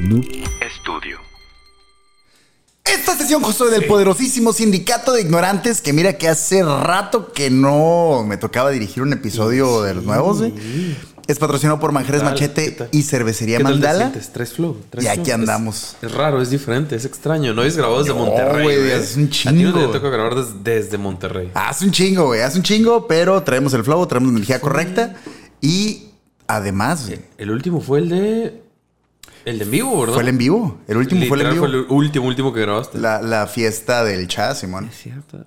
Noob Estudio. Esta sesión justo del poderosísimo sindicato de ignorantes que mira que hace rato que no me tocaba dirigir un episodio de los nuevos. ¿eh? Es patrocinado por Manjares tal? ¿Qué Machete tal? y Cervecería ¿Qué tal te Mandala. sientes? ¿Traes flow? ¿Traes Y flow? aquí Es- andamos. Es, raro, es diferente, es extraño. No habéis grabado desde No, Monterrey. güey, ¿ves? es un A ti no chingo. te toca grabar des- desde Monterrey. Hace un chingo, güey. Hace un chingo, pero traemos el flow, traemos la energía correcta. Y además, güey, El último fue el de. El de en vivo, ¿verdad? fue el en vivo. El último fue el en Literal vivo. último, último que grabaste. La, la fiesta del chá, Simón. Es cierto.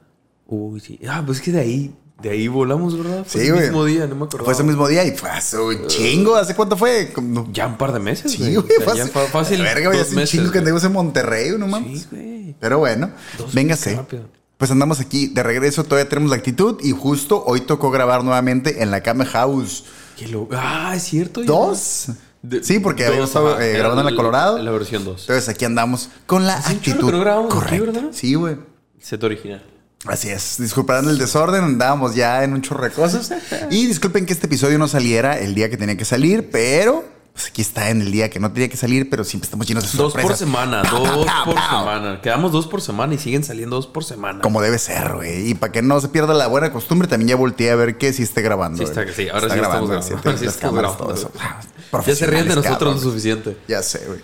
Uy, sí. Ah, pues es que de ahí. De ahí volamos, ¿verdad? Fue Sí, el güey. mismo día, no me acuerdo. Fue ese mismo día y fue hace un chingo. ¿Hace cuánto fue? Como- Ya un par de meses. Sí, O güey. sea, Fácil. ya fa- fácil. Verga, güey. dos Hace un meses, chingo que güey. andamos en Monterrey, no mames. Sí, güey. Pero bueno, Dos véngase. meses, rápido. Pues andamos aquí de regreso, todavía tenemos la actitud y justo hoy tocó grabar nuevamente en la Came House Qué lo- Ah, es cierto. ya. 2. De- Sí, porque habíamos dos, estado ajá. eh, Era grabando en la Colorado. La versión 2. Entonces aquí andamos con la un chorro actitud. que no grabamos aquí, correcta. ¿verdad? Sí, güey. Set original. Así es, disculparán el desorden, andábamos ya en un chorro de cosas. Y disculpen que este episodio no saliera el día que tenía que salir, pero pues aquí está en el día que no tenía que salir, pero siempre estamos llenos de Dos sorpresas. por semana, Pa, pa, dos pa, por pa. semana. Quedamos dos por semana y siguen saliendo dos por semana. Como debe ser, güey. Y para que no se pierda la buena costumbre, también ya volteé a ver que sí esté grabando. Sí, está, güey. sí, ahora sí estamos grabando. sí, Ahora sí las estamos cámaras, grabando. todo eso. Ah, Ya se ríen de Profesionales, nosotros lo cabrón. suficiente. Ya sé, güey.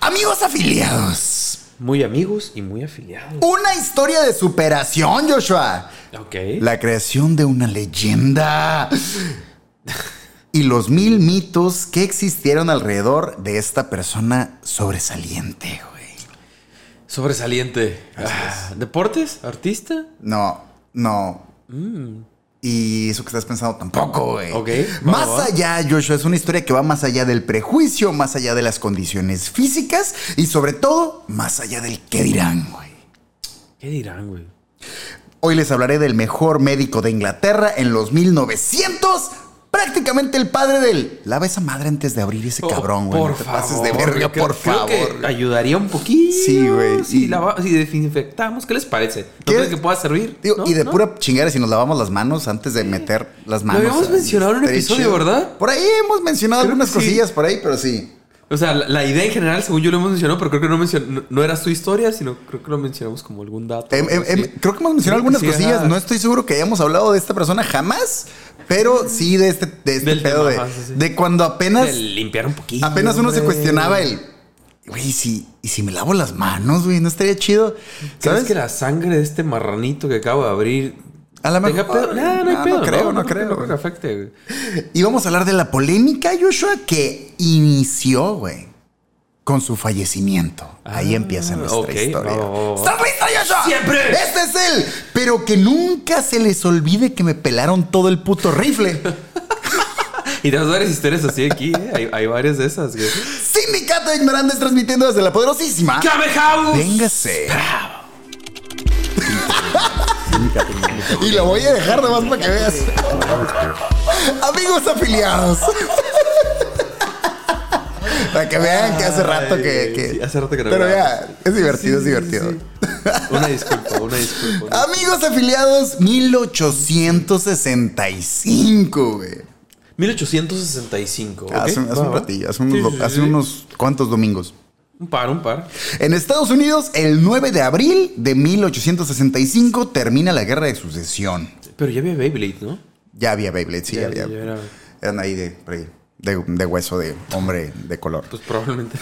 Amigos afiliados, Muy amigos y muy afiliados. una historia de superación, Joshua. Ok. Uh. La creación de una leyenda. Y los mil mitos que existieron alrededor de esta persona sobresaliente, güey. Sobresaliente. Ah, ¿Deportes? ¿Artista? No, no. Y eso que estás pensando tampoco, güey. Mm. Ok, va, Más va. allá, Joshua, es una historia que va más allá del prejuicio, más allá de las condiciones físicas y sobre todo, más allá del qué dirán, güey. ¿Qué dirán, güey? Hoy les hablaré del mejor médico de Inglaterra en los 1900. Prácticamente el padre del... Lava esa madre antes de abrir ese cabrón, güey. Oh, Por no te favor. pases de verga, creo- por creo favor. que ayudaría un poquito. Sí, güey, Si, y- lava- si desinfectamos, ¿qué les parece? ¿No ¿Qué? crees que pueda servir? Digo, ¿No? Y de ¿No? pura chingada si nos lavamos las manos antes de meter las manos. habíamos Ah, mencionado en un estaría episodio, ¿verdad? Por ahí hemos mencionado Creo que algunas sí. cosillas por ahí, pero sí. O sea, la, la idea en general, según yo lo hemos mencionado, pero creo que no, mencionó, no, no era su historia, sino creo que lo mencionamos como algún dato. Em, em, algo em, así. creo que hemos mencionado Pues Creo que algunas sí, cosillas. ajá. No estoy seguro que hayamos hablado de esta persona jamás, pero sí de este, de este Del pedo tema, de, ajá, sí, sí. de cuando apenas, De limpiar un poquito. apenas uno se güey. cuestionaba el. Güey, ¿y si, ¿y si me lavo las manos, güey? ¿No estaría chido? ¿Sabes ¿Sabes? que la sangre de este marranito que acabo de abrir. A lo tenga mejor- pedo? Nah, no, hay no, no pedo. creo, no que- creo, No creo que güey. afecte, güey. Y vamos a hablar de la polémica, Joshua, que inició, güey, con su fallecimiento. Ahí Ah, empieza nuestra ok. historia. Oh. ¿Estás listo, Joshua? ¡Siempre! ¡Este es él! Pero que nunca se les olvide que me pelaron todo el puto rifle. Y tenemos varias historias así aquí, ¿eh? hay, hay varias de esas, güey. Sindicato de Ignorantes transmitiendo desde la poderosísima. ¡Cabe House! Véngase. y lo voy a dejar nomás para que veas. Amigos afiliados. para que vean que hace rato que. Ay, que- sí, hace rato que no Pero ya, grabamos. es divertido, es Sí, sí, divertido. Ah. sí. Una disculpa, una disculpa. una- Amigos afiliados, 1865, güey. 1865. ¿ok? Ah, Hace, hace Va, un va. ratillo, hace unos, Sí, sí, hace sí. unos cuantos domingos. Un par, un par. En Estados Unidos, el 9 de abril de 1865 termina la guerra de sucesión. Pero ya había Beyblade, ¿no? Ya había Beyblade, sí, Ya, había. ya era- Eran ahí de, por ahí, de- de hueso de hombre de color. Pues probablemente.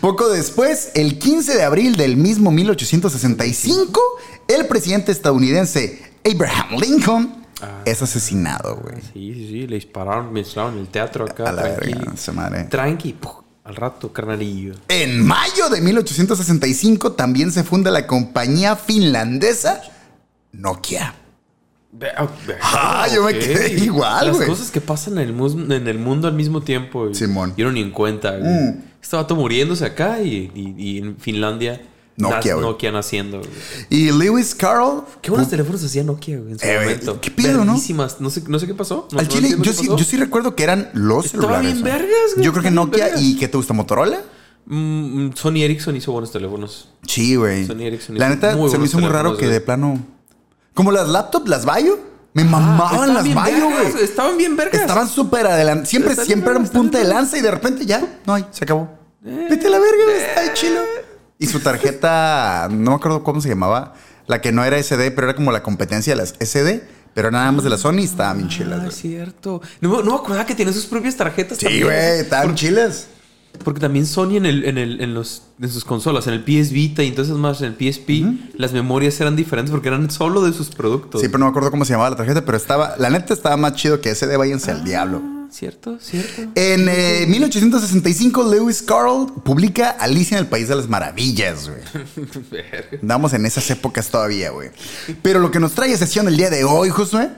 Poco después, el 15 de abril del mismo 1865, el presidente estadounidense Abraham Lincoln Ah. es asesinado, güey. Sí, sí, sí, le dispararon, me dispararon en el teatro acá. A la tranqui, verga, esa madre. Tranqui, puf, al rato, carnalillo. En mayo de 1865 también se funda la compañía finlandesa Nokia. Ve- ah, ve- Ah, yo me ok. quedé igual, Las güey. cosas que pasan en el, mus- en el mundo al mismo tiempo. y- Simón. Y uno ni en cuenta. güey. Mm. Este vato muriéndose acá y, y- y en Finlandia. Nokia, nas- güey. Nokia naciendo. güey. Y Lewis Carroll. Qué buenos teléfonos hacía Nokia, güey, en su Eh, güey, momento. qué pedo, ¿no? Verguísimas. No sé, no sé qué pasó. No- Al no chile, entiendo yo qué sí, Pues, pasó. yo sí recuerdo que eran los Estaba celulares. bien ¿no? vergas, güey, Yo creo que estaba bien Nokia vergas. y ¿qué te gusta? ¿Motorola? Mm, mm, Sony Ericsson hizo buenos teléfonos. Sí, güey. Sony Ericsson La hizo neta, muy se me buenos hizo muy raro teléfonos, que güey. de plano. Como las laptops, las Bayo. Me mamaban Ah, estaban las bien Bayo, vergas, güey. Estaban bien vergas. Estaban súper adelante. Siempre, Están bien siempre eran vergas, Eh. están punta de bien lanza y de repente ya, no hay, se acabó. Vete a la verga, güey, está de chilo. Y su tarjeta, no me acuerdo cómo se llamaba, la que no era SD, pero era como la competencia de las SD, pero era nada más de la Sony y estaba bien chilas, Ah, güey. es cierto. No, me- no me acordaba que tenía sus propias tarjetas Sí, también. güey, estaban chilas. Porque también Sony en, el, en, el, en, los, en sus consolas, en el PS Vita y entonces más en el PSP, las memorias eran diferentes porque eran solo de sus productos. Sí, pero no me acuerdo cómo se llamaba la tarjeta, pero estaba, la neta estaba más chido que SD, váyanse al diablo. Ah, Cierto, cierto. En eh, 1865, Lewis Carroll publica Alicia en el País de las Maravillas, güey. Andamos en esas épocas todavía, güey. Pero lo que nos trae a sesión el día de hoy, Josué,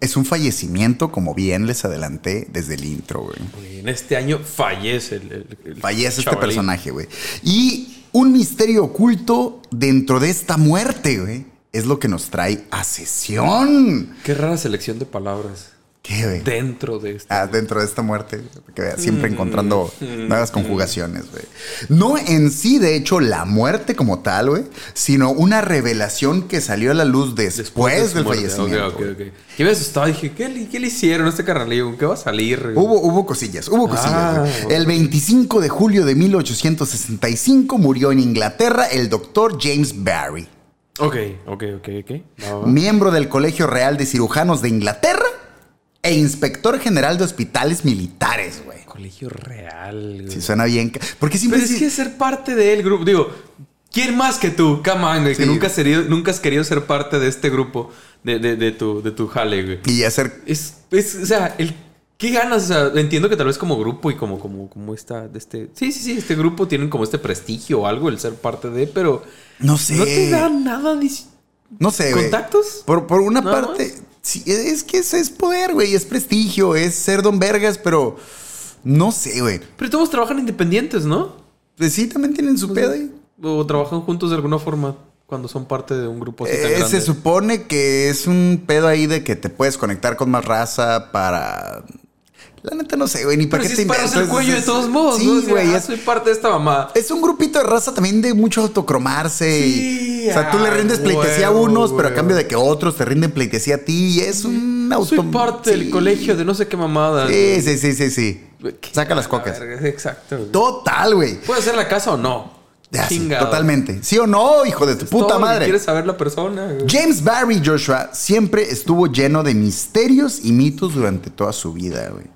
es un fallecimiento, como bien les adelanté desde el intro, güey. En este año fallece el, el- el Fallece este chavalín. personaje, güey. Y un misterio oculto dentro de esta muerte, güey, es lo que nos trae a sesión. Qué rara selección de palabras ¿Qué, güey? dentro de este. Ah, dentro de esta muerte. que veas, Mm. siempre encontrando nuevas conjugaciones, güey. No en sí, de hecho, la muerte como tal, güey, sino una revelación que salió a la luz después, de su del muerte. fallecimiento. Ok, ok, güey. ok. Yo me asustaba, dije, ¿qué, le- qué le hicieron a este carnalillo? ¿Con ¿Qué va a salir? güey? Hubo, hubo cosillas, hubo cosillas. Ah, güey. el 25 de julio de 1865 murió en Inglaterra el doctor James Barry, Ok, ok, ok, ok. Va, va, va. miembro del Colegio Real de Cirujanos de Inglaterra e inspector general de hospitales militares, güey. Colegio real. güey. Si suena bien. ca- ¿Por qué siempre Pero Pues es dices- que ser parte del grupo, digo, ¿quién más que tú, come on, güey, que Sí. nunca has, querido, nunca has querido ser parte de este grupo, de, de, de tu, de tu jale, güey? y hacer Es, es, o sea, el, ¿qué ganas? O sea, entiendo que tal vez como grupo y como, como, como esta, de este, sí, sí, sí, este grupo tienen como este prestigio o algo el ser parte de, pero No sé. no te dan nada, ni si- No sé, Eh, güey. ¿Contactos? Por, por una ¿Nada parte, sí, es que ese es poder, güey. Es prestigio, es ser don vergas, pero no sé, güey. Pero todos trabajan independientes, ¿no? Pues sí, también tienen su pedo. ahí. O trabajan juntos de alguna forma cuando son parte de un grupo así tan Eh, grande. se supone que es un pedo ahí de que te puedes conectar con más raza para... La neta no sé, güey, ni para Pero qué te si es para inventas. hacer cuello de Es- todos modos, Sí, ¿no? O sea, güey. ah, es, soy parte de esta mamá. es un grupito de raza también de mucho autocromarse. Sí, y, o sea, tú le ah, rindes pleitesía a huevo, unos, pero a güey. cambio de que otros te rinden pleitesía a ti. Y es un auto... Soy parte del Sí. colegio de no sé qué mamada. Sí, sí, sí, sí, sí. Qué Saca las la cocas. verga, Exacto. güey. Total, güey. ¿Puede ser la casa o no? Ya, sí, Chingado. Totalmente. ¿Sí o no, hijo de tu Es todo puta lo que madre? Quiere saber la persona. güey. James Barry Joshua siempre estuvo lleno de misterios y mitos durante toda su vida, güey.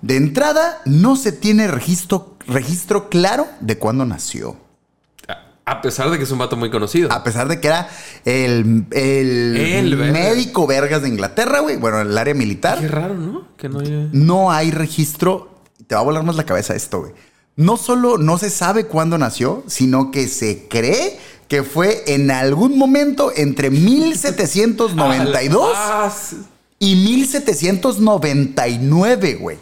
De entrada, no se tiene registro, registro claro de cuándo nació. A- A pesar de que es un vato muy conocido. A pesar de que era el, el El verga. médico vergas de Inglaterra, güey. Bueno, el área militar. Qué raro, ¿no? Que no haya- no hay registro. Te va a volar más la cabeza esto, güey. No solo no se sabe cuándo nació, sino que se cree que fue en algún momento entre 1792 Ah, sí. y 1799, güey.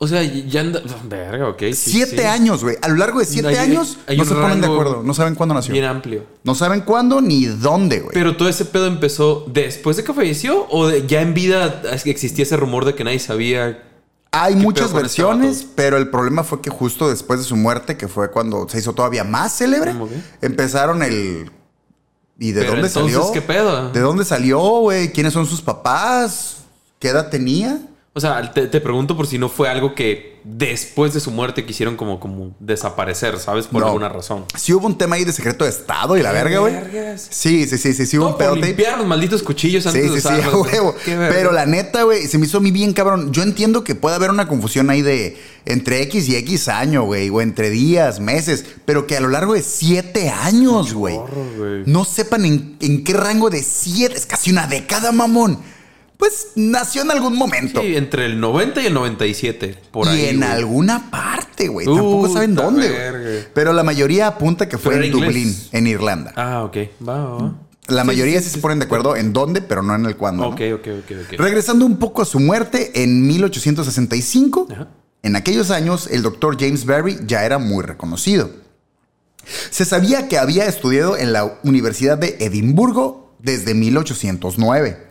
O sea, ya anda. Verga, ok. sí, siete sí. años, güey. A lo largo de siete Hay- años hay no un se ponen de rango acuerdo. No saben cuándo nació. Bien amplio. No saben cuándo ni dónde, güey. Pero todo ese pedo empezó después de que falleció o de- ya en vida es que existía ese rumor de que nadie sabía. Hay ¿Qué muchas pedo con este versiones, pero el problema fue que justo después de su muerte, que fue cuando se hizo todavía más célebre, ¿Cómo que? empezaron el... ¿Y de Pero dónde entonces, salió? ¿qué pedo? ¿De dónde salió, güey? ¿Quiénes son sus papás? ¿Qué edad tenía? O sea, te, te pregunto por si no fue algo que después de su muerte quisieron como, como desaparecer, ¿sabes? Por No. alguna razón. Sí hubo un tema ahí de secreto de Estado y la verga, güey. vergas. Sí, sí, sí, sí, sí hubo No, un por pedote. ahí. limpiar los malditos cuchillos antes Sí, de sí, sí, usarlos. a huevo. Qué verga. Pero la neta, güey, se me hizo a mí bien cabrón. Yo entiendo que puede haber una confusión ahí de entre X y X año, güey, o entre días, meses, pero que a lo largo de siete años, güey, chorro, güey. no sepan en, en qué rango de siete, es casi una década, mamón. Pues nació en algún momento. Sí, entre el 90 y el 97, por y ahí. en güey. alguna parte, güey. Tampoco saben Puta dónde, verga. güey. Pero la mayoría apunta que fue Pero en era Dublín, inglés. en Irlanda. Ah, ok. Va, va, va. La mayoría sí, se ponen de acuerdo en dónde, pero no en el cuándo. ¿no? Ok, ok, ok, ok. Regresando un poco a su muerte en 1865, Ajá. en aquellos años el doctor James Barry ya era muy reconocido. Se sabía que había estudiado en la Universidad de Edimburgo desde 1809.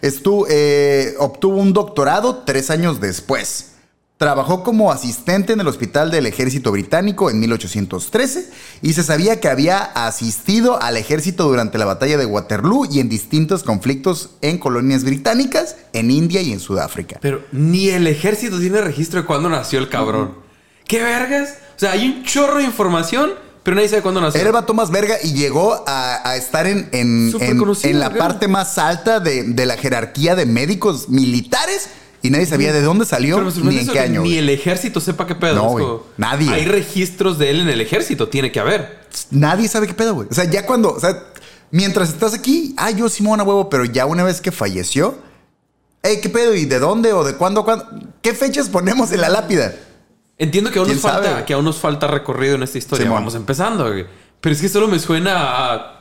Estu- eh, obtuvo un doctorado tres años después. Trabajó como asistente en el Hospital del Ejército Británico en 1813 y se sabía que había asistido al ejército durante la batalla de Waterloo y en distintos conflictos en colonias británicas, en India y en Sudáfrica. Pero ni el ejército tiene registro de cuándo nació el cabrón. ¿Qué vergas? O sea, hay un chorro de información, pero nadie sabe cuándo nació. Era el vato más verga y llegó a, a estar en, en, Súper en- conocido, en la verga. parte más alta de, de la jerarquía de médicos militares y nadie sabía de dónde salió Pero me sorprende ni en eso qué que año. Ni güey. el ejército sepa qué pedo. No, es güey. como- Nadie. Hay registros de él en el ejército, tiene que haber. Nadie sabe qué pedo, güey. O sea, ya cuando, o sea, mientras estás aquí, ah, yo Simón a huevo, pero ya una vez que falleció, hey, qué pedo, ¿y de dónde o de cuándo, a cuándo? ¿Qué fechas ponemos en la lápida? Entiendo que aún, ¿Quién nos falta, sabe? que aún nos falta recorrido en esta historia. Simón. Vamos empezando, güey. Pero es que solo me suena a...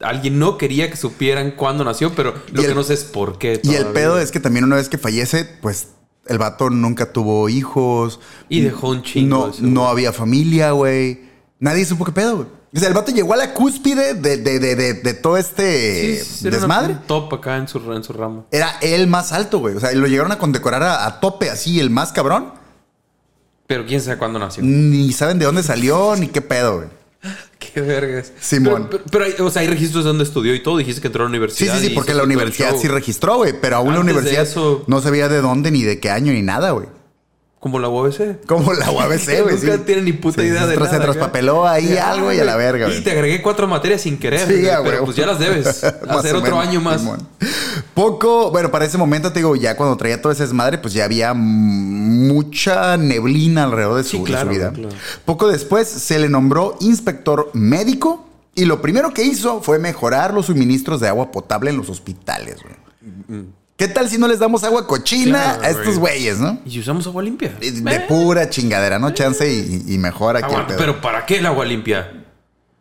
Alguien no quería que supieran cuándo nació, pero lo Y que el- no sé es por qué. Y el todavía. pedo es que también una vez que fallece, pues el vato nunca tuvo hijos. Y dejó un chingo No, de su- no había familia, güey. Nadie supo qué pedo, güey. O sea, el vato llegó a la cúspide de, de, de, de, de todo Sí, este sí, era una- desmadre. un top acá en su, en su ramo. Era el más alto, güey. O sea, lo llegaron a condecorar a, a tope así, el más cabrón. Pero quién sabe cuándo nació. Ni saben de dónde salió, ni qué pedo, güey. Qué vergas. Simón. Pero, pero- pero hay, o sea, hay registros de dónde estudió y todo. Dijiste que entró a la Sí, universidad. sí, sí, y porque hizo la todo el universidad show. sí registró, güey. Pero aún la Antes de universidad eso- no sabía de dónde, ni de qué año, ni nada, güey. Como la UABC. Como la UABC, Que güey. nunca tienen ni puta idea de se nada, Se traspapeló acá. ahí Sí, algo y a la verga, Y güey. te agregué cuatro materias sin querer. Sí, güey, a pero huevo. pues ya las debes. Más hacer o otro menos, año más. Simón. Poco, bueno, para ese momento te digo, ya cuando traía todo ese desmadre, pues ya había mm, mucha neblina alrededor de su, Sí, de su claro, vida. claro. Poco después se le nombró inspector médico y lo primero que hizo fue mejorar los suministros de agua potable en los hospitales, güey. ¿Qué tal si no les damos agua cochina Mm, Claro, a estos güey. güeyes, no? Y si usamos agua limpia. De, Eh, pura chingadera, ¿no? Chance y, y mejor aquí el aguanta, pedo. pero ¿para qué el agua limpia?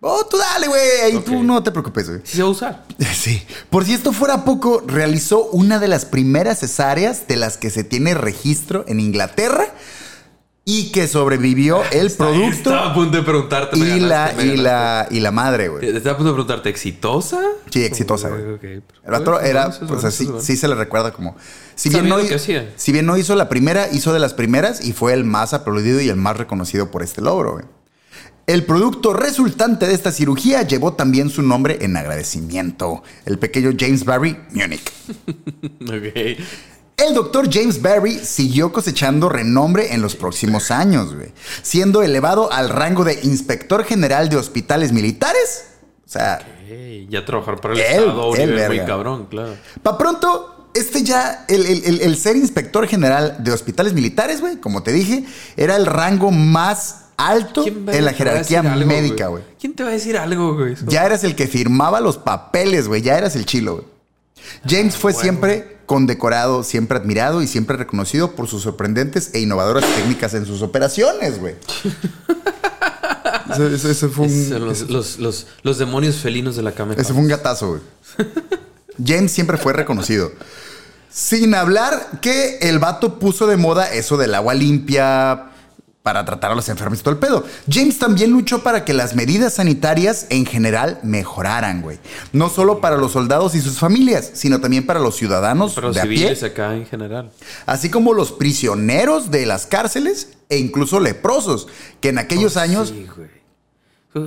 Oh, tú dale, güey. Ahí Ok. tú no te preocupes, güey. Si se va a usar. Sí. Por si esto fuera poco, realizó una de las primeras cesáreas de las que se tiene registro en Inglaterra y que sobrevivió Ah, el Estaba a producto punto de preguntarte. me y la, ganaste, me y, ganaste. Eh, la, y la madre, güey. Estaba a punto de preguntarte, ¿exitosa? Sí, exitosa, güey. Ok, pero- El vato bueno, era, eso es pues bueno, así, eso es sí se le recuerda como. Si eh, Sabía bien, no, lo hi- que hacía. si bien no hizo la primera, hizo de las primeras y fue el más aplaudido y el más reconocido por este logro, güey. El producto resultante de esta cirugía llevó también su nombre en agradecimiento. El pequeño James Barry Munich. bueno. Ok. El doctor James Barry siguió cosechando renombre en los próximos años, güey, siendo elevado al rango de inspector general de hospitales militares. O sea, Ey, ya trabajar para el, Él, Estado a un él, nivel muy verga. cabrón, claro. Pa' pronto, este ya, el, el- el- el ser inspector general de hospitales militares, güey, como te dije, era el rango más alto va- en la te va a jerarquía decir algo, médica, güey. ¿Quién te va a decir algo, güey? Eso- Ya eras el que firmaba los papeles, güey, ya eras el chilo, güey. James fue bueno. siempre condecorado, siempre admirado y siempre reconocido por sus sorprendentes e innovadoras técnicas en sus operaciones, güey. Eso, eso- eso fue un- Son los, los, los, los demonios felinos de la cama. Ese fue un gatazo, güey. James siempre fue reconocido. Sin hablar que el vato puso de moda eso del agua limpia para tratar a los enfermos y todo el pedo. James también luchó para que las medidas sanitarias en general mejoraran, güey. No solo para los soldados y sus familias, sino también para los ciudadanos Para los de a civiles pie, acá en general. así como los prisioneros de las cárceles e incluso leprosos, que en aquellos Oh, años sí, güey.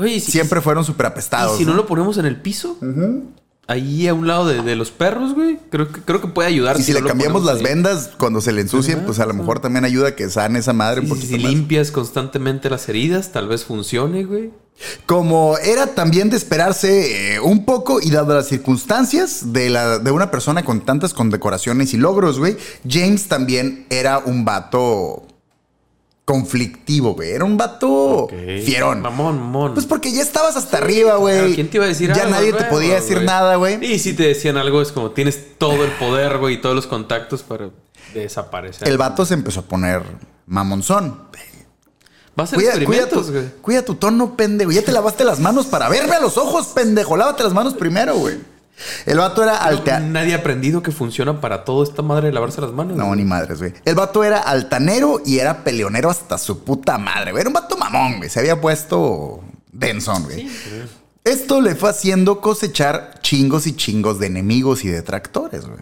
Oye, y si, siempre fueron y superapestados. si no ¿no? lo ponemos en el piso, ahí a un lado de, de los perros, güey, creo que, creo que puede ayudar. Y si no le lo cambiamos las ponemos ahí. vendas cuando se le ensucien, Ajá, pues a lo mejor también ayuda a que sane esa madre un Y si- poquito si más. limpias constantemente las heridas, tal vez funcione, güey. Como era también de esperarse eh, un poco y dadas las circunstancias de, la, de una persona con tantas condecoraciones y logros, güey, James también era un vato conflictivo, güey. Era un vato Ok. Oh, fierón. Mamón, mamón. Pues porque ya estabas hasta arriba, Claro, güey. ¿Quién te iba a decir Ya algo, nadie te luego, podía decir nada, güey. Y si te decían algo, es como tienes todo el poder, güey, y todos los contactos para desaparecer. El vato se empezó a poner mamonzón. Va a ser Cuida, cuida experimentos, tu, güey. cuida tu tono, pendejo. Ya te lavaste las manos para verme a los ojos, pendejo. Lávate las manos primero, güey. El vato era alta. Nadie ha aprendido que funciona para todo esta madre de lavarse las manos. No, güey. ni madres, güey. El vato era altanero y era peleonero hasta su puta madre, güey. Era un vato mamón, güey. Se había puesto densón, güey. Esto le fue haciendo cosechar chingos y chingos de enemigos y detractores, güey.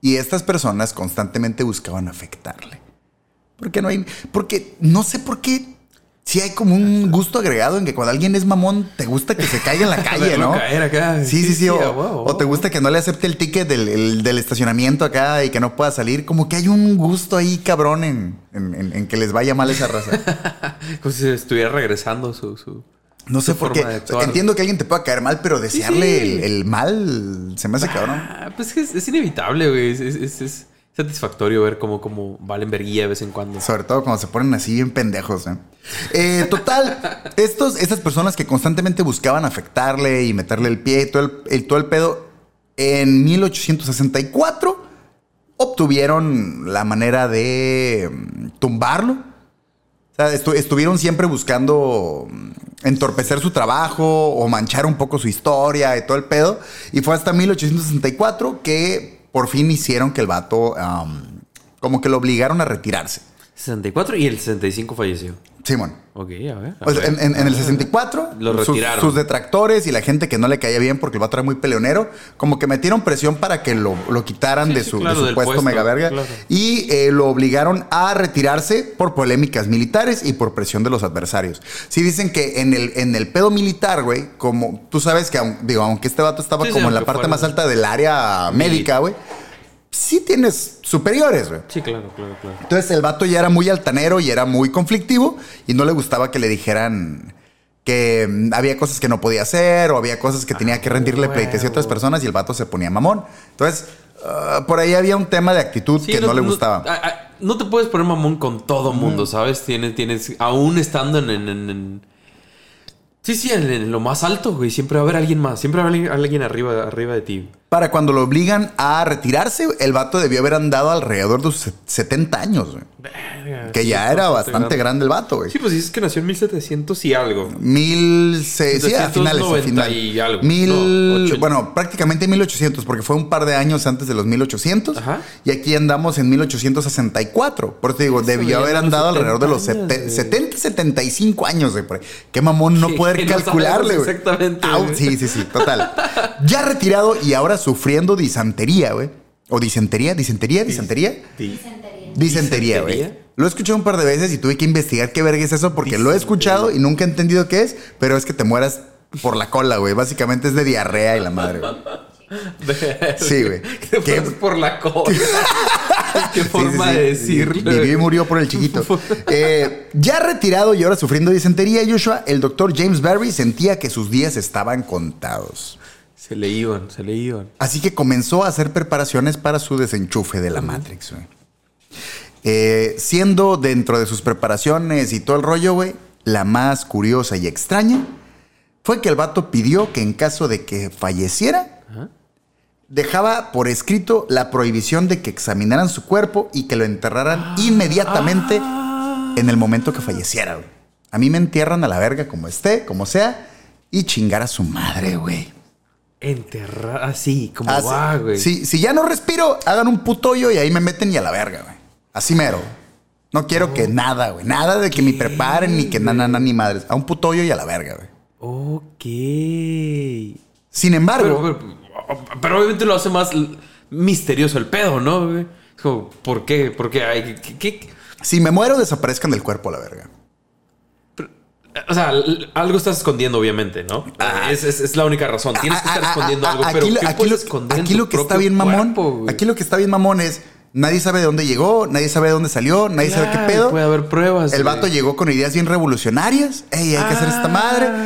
Y estas personas constantemente buscaban afectarle. Porque no hay. Porque no sé por qué sí hay como un gusto agregado en que cuando alguien es mamón, te gusta que se caiga en la calle, Verlo ¿no? caer acá. Sí, sí, sí. O, a huevo. o te gusta que no le acepte el ticket del, el- del estacionamiento acá y que no pueda salir. Como que hay un gusto ahí cabrón en, en- en- en que les vaya mal esa raza. Como si estuviera regresando su. su... No sé Su por forma qué. de actuar. Entiendo que alguien te pueda caer mal, pero desearle sí. El, el mal se me hace cabrón. Ah, pues es, que es- es inevitable, güey. Es, es- es- es satisfactorio ver cómo, cómo valen verguilla de vez en cuando. Sobre todo cuando se ponen así bien pendejos. ¿eh? Eh, total, estos, estas personas que constantemente buscaban afectarle y meterle el pie y todo el, el- todo el pedo, en 1864 obtuvieron la manera de mm, tumbarlo. O sea, estu- estuvieron siempre buscando mm, entorpecer su trabajo o manchar un poco su historia y todo el pedo. Y fue hasta 1864 que por fin hicieron que el vato, am, como que lo obligaron a retirarse. 64 y el 65 falleció. Simón. Ok, a ver. a O sea, ver. en, en- en el 64, Lo sus- retiraron. Sus, detractores y la gente que no le caía bien porque el vato era muy peleonero, como que metieron presión para que lo, lo quitaran Sí, de sí, su, de claro, su del puesto, puesto, megaverga. claro. Y eh, lo obligaron a retirarse por polémicas militares y por presión de los adversarios. Sí dicen que en el, en el pedo militar, güey, como tú sabes que, aun- digo, aunque este vato estaba Sí, sí, como en la aunque parte fuera- más alta del área médica, güey, sí tienes superiores, güey. Sí, claro, claro, claro. Entonces el vato ya era muy altanero y era muy conflictivo y no le gustaba que le dijeran que mm, había cosas que no podía hacer o había cosas que tenía que rendirle huevo. pleitesía a otras personas y el vato se ponía mamón. Entonces, ah, por ahí había un tema de actitud Sí, que no, ah. le gustaba. No, a- a- no te puedes poner mamón con todo mundo, ¿sabes? Tienes, tienes, aún estando en... en- en- en- Sí, sí, en, en lo más alto, güey. Siempre va a haber alguien más. Siempre va a haber alguien arriba, arriba de ti. Para cuando lo obligan a retirarse, el vato debió haber andado alrededor de sus 70 años, güey, que ya era bastante grande el vato, güey. Sí, pues dices que nació en 1700 y algo. Mil se- sí, a finales, a 790 final. y algo. Mil, No, ocho- bueno, prácticamente 1800, porque fue un par de años antes de los 1800. Ajá. Y aquí andamos en 1864. Por eso te digo, debió ya haber eran andado los alrededor de los 70 sete- años, 70, 75 años, güey. por ahí. Qué mamón no Sí, poder que no sabemos calcularle, güey. exactamente, Au, güey. sí, sí, sí, total. ya retirado y ahora sufriendo disantería, güey. O disentería, disentería, disentería. Sí. Disentería, güey. ¿Disentería? Lo he escuchado un par de veces y tuve que investigar qué verga es eso porque lo he escuchado y nunca he entendido qué es, pero es que te mueras por la cola, güey. Básicamente es de diarrea y la madre, güey. Sí, güey. Que te Qué- pasas por la cola. Qué forma de decirlo. Vivió y güey. murió por el chiquito. Eh, ya retirado y ahora sufriendo disentería, Joshua, el doctor James Barry sentía que sus días estaban contados. Se le iban, se le iban. Así que comenzó a hacer preparaciones para su desenchufe de la Matrix, güey. Eh, siendo dentro de sus preparaciones y todo el rollo, güey, la más curiosa y extraña fue que el vato pidió que en caso de que falleciera, Ajá. dejaba por escrito la prohibición de que examinaran su cuerpo y que lo enterraran inmediatamente en el momento que falleciera, güey. A mí me entierran a la verga como esté, como sea, y chingar a su madre, güey. Enterrar así, como Ah, va, sí. güey. Si, si ya no respiro, hagan un puto hoyo y ahí me meten y a la verga, güey. Así mero. No quiero que nada, güey. Nada de que me preparen ni que na, na, na, ni madres. A un puto hoyo y a la verga, güey. Ok. Sin embargo, Pero, pero- pero obviamente lo hace más l- misterioso el pedo, ¿no? güey? Es como, ¿por qué? ¿Por qué? Ay, ¿qué- qué- qué? si me muero, desaparezcan del cuerpo a la verga. O sea, l- algo estás escondiendo, obviamente, ¿no? es, es- es la única razón. Tienes que estar Ah, ah, escondiendo ah, algo, ah, pero lo- ¿qué aquí puedes lo- esconder en aquí tu lo que está propio bien mamón, cuerpo, güey? aquí lo que está bien mamón es nadie sabe de dónde llegó, nadie sabe de dónde salió, nadie sabe Claro, qué pedo. Puede haber pruebas. El vato güey. llegó con ideas bien revolucionarias. Ey, hay que hacer esta Ah.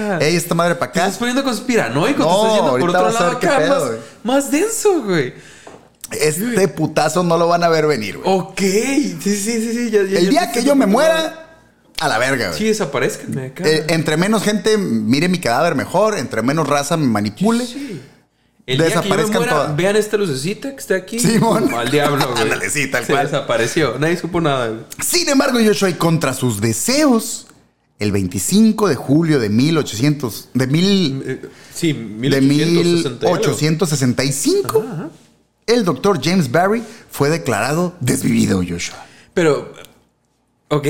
madre. Ey, esta madre para Te acá. estás poniendo conspiranoico, No, te estás yendo por ahorita otro vas a lado ver qué acá, pedo, más- güey. más denso, güey. pues, Este putazo no lo van a ver venir, güey. Ok, sí, sí, sí, sí. ya- ya- El ya día te que estoy yo me preocupado. muera, a la verga, güey. Sí, desaparezcan de acá. Eh, entre menos gente mire mi cadáver mejor, entre menos raza me manipule. Sí. El día que yo me Desaparezcan muera, todas. vean esta lucecita que está aquí. Simón. Al diablo, güey. Ándale, sí, tal Se cual. desapareció. Nadie supo nada. güey. Sin embargo, Joshua, y contra sus deseos, el 25 de julio de 1800, de, mil, Eh, Sí, de 1860. y algo. 1865, el doctor James Barry fue declarado desvivido, Joshua. Pero, ok.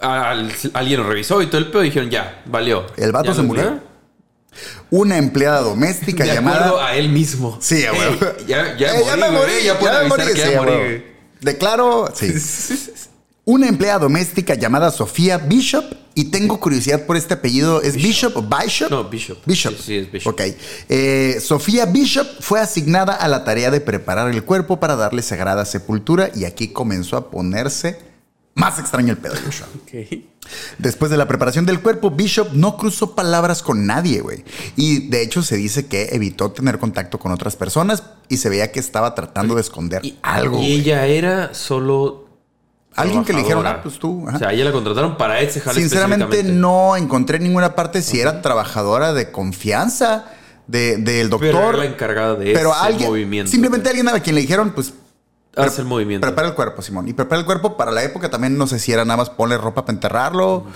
Al- alguien lo revisó y todo el pedo y dijeron, ya, valió. El vato Ya se lo- murió. ¿verdad? Una empleada doméstica De llamada acuerdo a él mismo. Sí, a huevo. Ey, Ya, ya, Eh, morí, güey, ya pueden me avisar que sí, ya a morí, huevo. Declaro, sí. güey. Una empleada doméstica llamada Sofía Bishop, y tengo curiosidad por este apellido, ¿es Bishop o Bishop? No, Bishop. Bishop. Sí, sí, es Bishop. Ok. Eh, Sofía Bishop fue asignada a la tarea de preparar el cuerpo para darle sagrada sepultura y aquí comenzó a ponerse más extraño el pedo, Joshua. Ok. Después de la preparación del cuerpo, Bishop no cruzó palabras con nadie, güey. Y de hecho se dice que evitó tener contacto con otras personas y se veía que estaba tratando de esconder algo. Y güey. ella era solo. Alguien que le dijeron, trabajadora. ah, pues tú. ajá. O sea, ella la contrataron para ese jale Sinceramente específicamente. no encontré ninguna parte si era trabajadora de confianza de- del doctor. Pero era la encargada de pero ese alguien, movimiento. simplemente alguien a quien le dijeron, pues Hace el movimiento. prepara el cuerpo, Simón. Y prepara el cuerpo para la época también, no sé si era nada más ponle ropa para enterrarlo.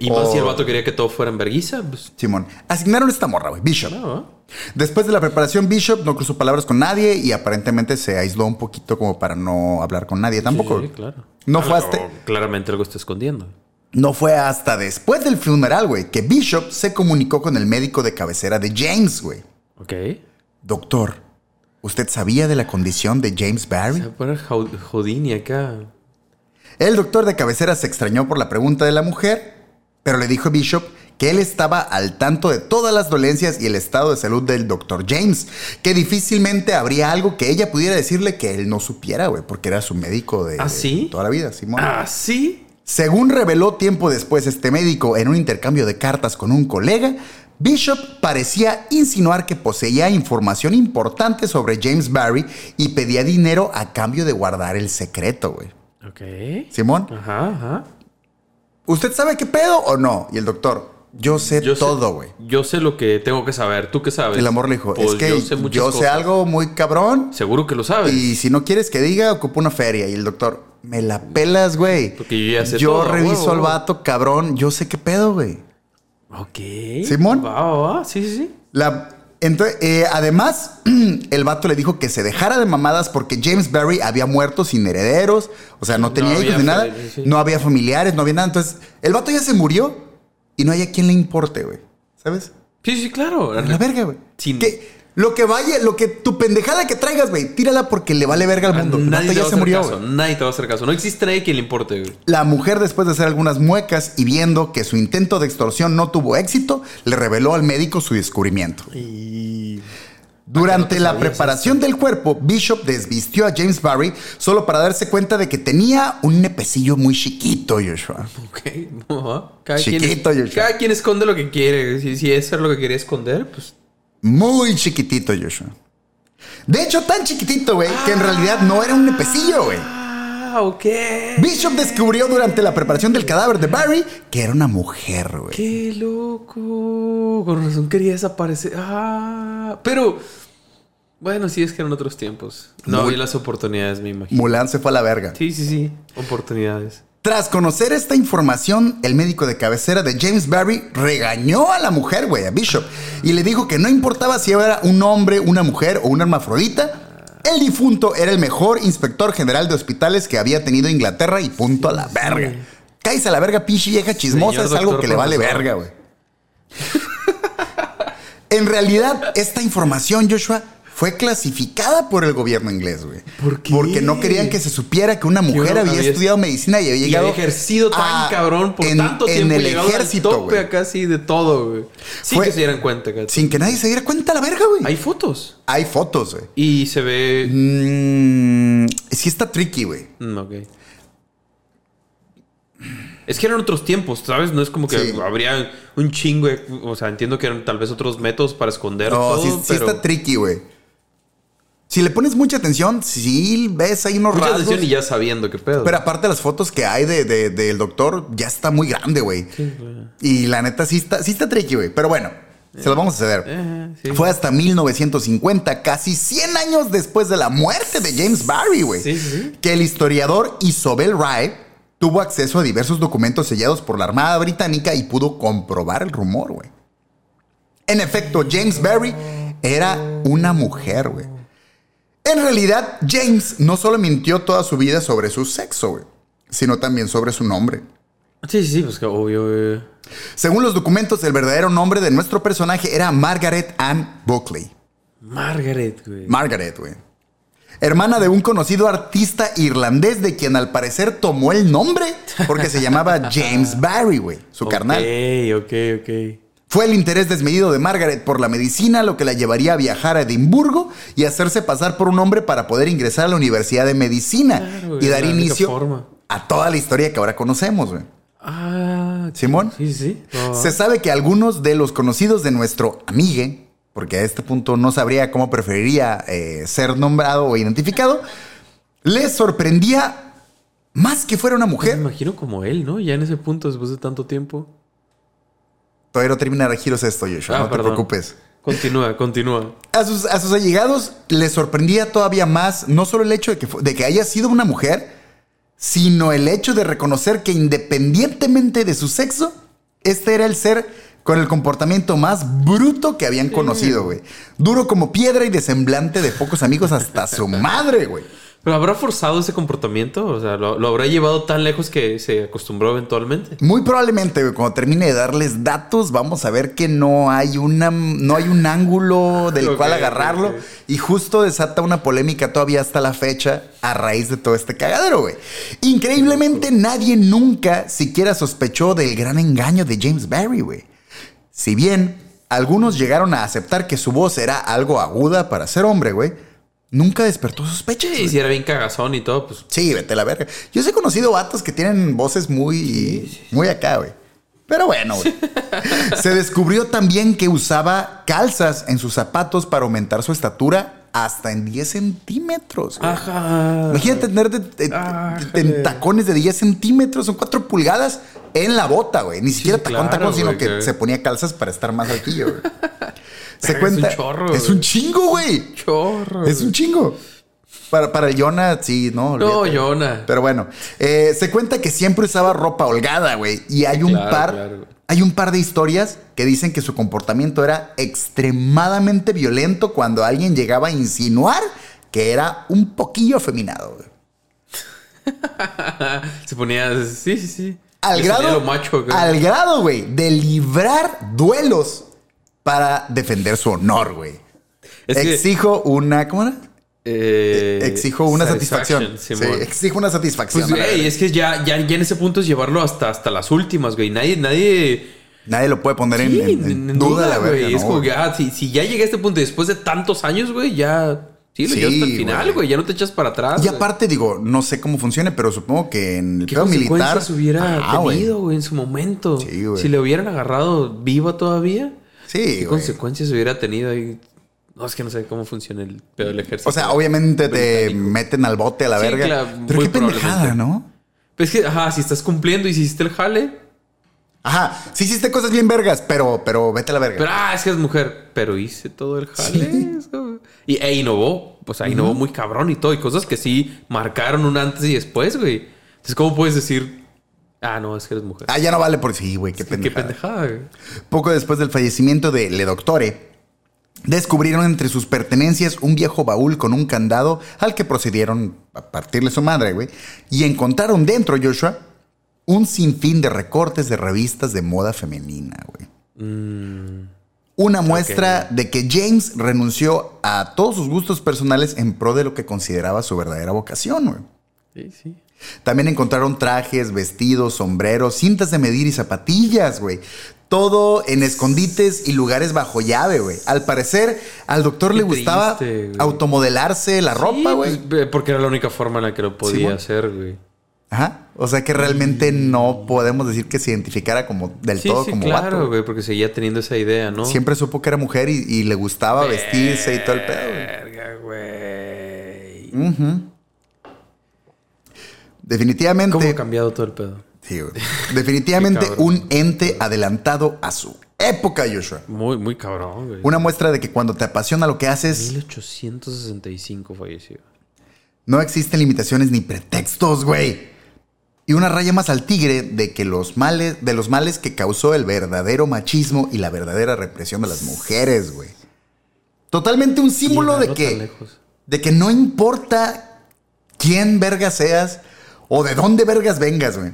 Y más o- si el vato quería que todo fuera en verguiza, pues. Simón. Asignaron esta morra, güey, Bishop. No, ¿eh? Después de la preparación, Bishop no cruzó palabras con nadie y aparentemente se aisló un poquito como para no hablar con nadie tampoco. Sí, sí, claro. No fue Claro, hasta- Claramente algo está escondiendo. No fue hasta después del funeral, güey, que Bishop se comunicó con el médico de cabecera de James, güey. Ok. Doctor, ¿usted sabía de la condición de James Se Barry? va a poner Jau- Houdini acá. El doctor de cabecera se extrañó por la pregunta de la mujer, pero le dijo a Bishop que él estaba al tanto de todas las dolencias y el estado de salud del doctor James, que difícilmente habría algo que ella pudiera decirle que él no supiera, güey, porque era su médico de ¿Ah, sí? toda la vida, Simón. ¿Ah, sí? Según reveló tiempo después este médico en un intercambio de cartas con un colega, Bishop parecía insinuar que poseía información importante sobre James Barry y pedía dinero a cambio de guardar el secreto, güey. Ok. Simón, Ajá, ajá. ¿usted sabe qué pedo o no? Y el doctor, yo sé Yo sé- todo, güey. Yo sé lo que tengo que saber. ¿Tú qué sabes? El amor le dijo, Pues es que yo sé, muchas cosas. Pues. algo muy cabrón Seguro que lo sabes. y si no quieres que diga, ocupo una feria. Y el doctor, me la pelas, güey. Porque yo ya sé Yo todo, reviso huevo, al huevo". vato, cabrón, yo sé qué pedo, güey. Ok. Simón. Va, va, va. Sí, sí, sí. La- entonces, eh, además, el vato le dijo que se dejara de mamadas porque James Barry había muerto sin herederos, o sea, no tenía hijos había ni nada, familia, sí. no había familiares, no había nada. Entonces, el vato ya se murió y no hay a quien le importe, güey. ¿Sabes? Sí, sí, claro. A la verga, güey. Sin- Que lo que vaya, lo que tu pendejada que traigas, güey, tírala porque le vale verga al A mundo. El Nadie vato te va ya a se hacer murió, caso. güey. Nadie te va a hacer caso. No existe nadie quien le importe, güey. La mujer, después de hacer algunas muecas y viendo que su intento de extorsión no tuvo éxito, le reveló al médico su descubrimiento. Durante Ah, no te la sabías preparación del cuerpo, Bishop desvistió a James Barry solo para darse cuenta de que tenía un nepecillo muy chiquito, Joshua. Ok. Ajá. Cada Chiquito, quien, Joshua. cada quien esconde lo que quiere. Si, si eso es lo que quería esconder, pues. Muy chiquitito, Joshua. De hecho, tan chiquitito, güey, que en realidad no era un nepecillo, güey. Ah, ok. Bishop descubrió durante la preparación del cadáver de Barry que era una mujer, güey. Qué loco. Con razón quería desaparecer. Ah, pero. Bueno, sí, es que eran otros tiempos. No Muy- había las oportunidades, me imagino. Mulan se fue a la verga. Sí, sí, sí. Oportunidades. Tras conocer esta información, el médico de cabecera de James Barry regañó a la mujer, güey, a Bishop, y le dijo que no importaba si era un hombre, una mujer o una hermafrodita, el difunto era el mejor inspector general de hospitales que había tenido Inglaterra y punto a la verga. Cállese a la verga, pinche vieja chismosa, Señor es algo doctor que le vale profesor. verga, güey. en realidad, esta información, Joshua, fue clasificada por el gobierno inglés, güey. ¿Por qué? Porque no querían que se supiera que una mujer Yo había había- estudiado medicina y había Y llegado había ejercido tan a- cabrón por en- tanto en tiempo. el llegado al ejército, tope güey. acá sí de todo, güey. Sí Fue- que se dieran cuenta, güey. Sin que nadie se diera cuenta, la verga, güey. Hay Hay, fotos. fotos, güey. Y se ve. Mm, sí está tricky, güey. Mm, ok. Es que eran otros tiempos, ¿sabes? No es como que Sí. habría un chingo. de- o sea, entiendo que eran tal vez otros métodos para esconder No, todo, sí, sí pero está tricky, güey. Si le pones mucha atención, sí ves ahí unos mucha rasgos. atención y ya sabiendo qué pedo. Pero aparte las fotos que hay de, de- del doctor ya está muy grande, güey. Sí, claro. Y la neta sí está, sí está tricky, güey. Pero bueno, se las vamos a ceder. Ajá, Eh, sí. Fue hasta 1950, casi 100 años después de la muerte de James Barry, güey, Sí, sí, sí. que el historiador Isobel Rye tuvo acceso a diversos documentos sellados por la Armada Británica y pudo comprobar el rumor, güey. En efecto, James Barry era una mujer, güey. En realidad, James no solo mintió toda su vida sobre su sexo, güey, sino también sobre su nombre. Sí, sí, sí, pues que obvio, güey. Según los documentos, el verdadero nombre de nuestro personaje era Margaret Ann Buckley. Margaret, güey. Margaret, güey. hermana de un conocido artista irlandés de quien al parecer tomó el nombre porque se llamaba James Barry, güey, su carnal. Ok, ok, ok. Fue el interés desmedido de Margaret por la medicina lo que la llevaría a viajar a Edimburgo y hacerse pasar por un hombre para poder ingresar a la Universidad de Medicina Claro, güey, y dar la única inicio forma. a toda la historia que ahora conocemos, güey. Ah. Simón. Sí, sí. sí. No, Se sabe que algunos de los conocidos de nuestro amigue, porque a este punto no sabría cómo preferiría eh, ser nombrado o identificado, les sorprendía más que fuera una Ah, pues me mujer. imagino como él, ¿no? Ya en ese punto, después de tanto tiempo. Todavía no terminará giros esto, Joshua, Ah, no te perdón. preocupes. Continúa, continúa. A sus, a sus allegados les sorprendía todavía más no solo el hecho de que, fu- de que haya sido una mujer, sino el hecho de reconocer que independientemente de su sexo, este era el ser con el comportamiento más bruto que habían conocido, güey. Duro como piedra y de semblante de pocos amigos hasta su madre, güey. ¿Pero habrá forzado ese comportamiento? O sea, ¿lo, lo habrá llevado tan lejos que se acostumbró eventualmente? Muy probablemente, güey, cuando termine de darles datos, vamos a ver que no hay una no hay un ángulo del Ok, cual agarrarlo. ok. Y justo desata una polémica todavía hasta la fecha a raíz de todo este cagadero, güey. Increíblemente, nadie nunca siquiera sospechó del gran engaño de James Barry, güey. Si bien algunos llegaron a aceptar que su voz era algo aguda para ser hombre, güey, nunca despertó sospechas. Sí, güey. si era bien cagazón y todo, pues. Sí, vete a la verga. Yo sí he conocido vatos que tienen voces muy, muy acá, güey. Pero bueno, güey. Se descubrió también que usaba calzas en sus zapatos para aumentar su estatura hasta en 10 centímetros. güey. Ajá. Imagínate tener de- de- Ah. Ájale. en tacones de 10 centímetros, son 4 pulgadas en la bota, güey. Ni siquiera tacón, claro, tacón, sino güey, que que- se ponía calzas para estar más altillo, güey. Se un cuenta. chorro, es un güey. chingo, güey. Chorro. Es un chingo. Para, para el Jonah, sí, no. No, olvídate. Jonah. Pero bueno, eh, se cuenta que siempre usaba ropa holgada, güey. Y hay un Claro, par. claro, güey. Hay un par de historias que dicen que su comportamiento era extremadamente violento cuando alguien llegaba a insinuar que era un poquillo afeminado, güey. Se ponía. Sí, sí, sí. Al Le salía grado, lo macho, güey. al grado, güey, de librar duelos para defender su honor, güey. Es que, Exijo una. ¿Cómo era? eh, Exijo una satisfacción. Simón. Sí, exijo una satisfacción. Pues, a la güey, verga. es que ya, ya, ya en ese punto es llevarlo hasta, hasta las últimas, güey. Nadie, nadie. Nadie lo puede poner en- Sí, en, en en duda, la verga. güey. Es ¿no, como güey? que, ah, si, si ya llegué a este punto y después de tantos años, güey, ya. Sí, lo Sí, llevas hasta el final, güey. güey. Ya no te echas para atrás. Y güey. aparte, digo, no sé cómo funcione, pero supongo que en el ¿Qué pedo militar. consecuencias hubiera Ah, güey. tenido, güey, en su momento? Sí, güey. Si le hubieran agarrado viva todavía, Sí, ¿qué güey. consecuencias hubiera tenido ahí? No, es que no sé cómo funciona el pedo del ejército. O sea, obviamente te meten al bote a la Sí, verga. claro, pero muy qué pendejada, probablemente. ¿no? Pues es que, ajá, si estás cumpliendo y si hiciste el jale, Ajá, sí hiciste cosas bien vergas, pero, pero vete a la verga. pero ah, es que es mujer, pero hice todo el jale. Sí. es como- Y e innovó, o sea, innovó muy cabrón y todo, y cosas que sí marcaron un antes y después, güey. Entonces, ¿cómo puedes decir, ah, no, es que eres mujer? Ah, ya no vale por sí, güey, qué Qué pendejada. pendejada, güey. Poco después del fallecimiento de Le Doctore, descubrieron entre sus pertenencias un viejo baúl con un candado al que procedieron a partirle su madre, güey. Y encontraron dentro, Joshua, un sinfín de recortes de revistas de moda femenina, güey. Una muestra de que James renunció a todos sus gustos personales en pro de lo que consideraba su verdadera vocación, güey. Sí, sí. También encontraron trajes, vestidos, sombreros, cintas de medir y zapatillas, güey. Todo en escondites y lugares bajo llave, güey. Al parecer, al doctor Qué le gustaba triste, güey. automodelarse la ropa, Sí, güey. pues, porque era la única forma en la que lo podía Simón. hacer, güey. Ajá. O sea que realmente no podemos decir que se identificara como del Mm. Sí, todo sí, como claro, vato. güey, porque seguía teniendo esa idea, ¿no? Siempre supo que era mujer y, y le gustaba vestirse y todo el pedo, güey. Verga, güey. Definitivamente. ¿Cómo ha cambiado todo el pedo? Sí, güey. Definitivamente Qué cabrón. un ente adelantado a su época, Joshua. Muy, muy cabrón, güey. Una muestra de que cuando te apasiona lo que haces, 1865 falleció. No existen limitaciones ni pretextos, güey. Y una raya más al tigre de que los males, de los males que causó el verdadero machismo y la verdadera represión de las mujeres, güey. Totalmente un símbolo Llegarlo de tan que, lejos. de que no importa quién verga seas o de dónde vergas vengas, güey.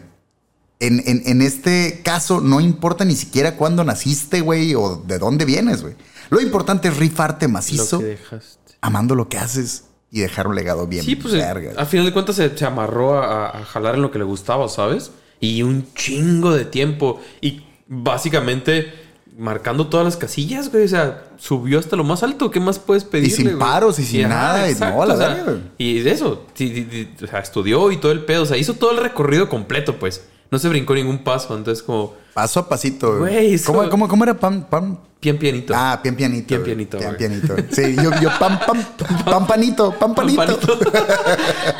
En, en- en este caso, no importa ni siquiera cuándo naciste, güey, o de dónde vienes, güey. Lo importante es rifarte Lo macizo que dejaste. amando lo que haces y dejar un legado bien Sí, pues eh, verga. al final de cuentas se, se amarró a, a jalar en lo que le gustaba, ¿sabes? Y un chingo de tiempo. Y básicamente marcando todas las casillas, güey. O sea, subió hasta lo más alto. ¿Qué más puedes pedirle? güey? paros y sin ajá, nada, y no, la o sea, verga, güey. Y de eso. sí, sí, sí, o sea, estudió y todo el pedo. O sea, hizo todo el recorrido completo, pues. No se brincó ningún paso. Entonces, como Paso a pasito. Güey, eso- ¿Cómo, cómo, cómo era pam, pam? bien pianito. Ah, pian pianito. Pian güey. pianito, Pian güey. pianito. Sí, yo, yo pam, pam, pam panito, pam panito. Pam, Pampanito.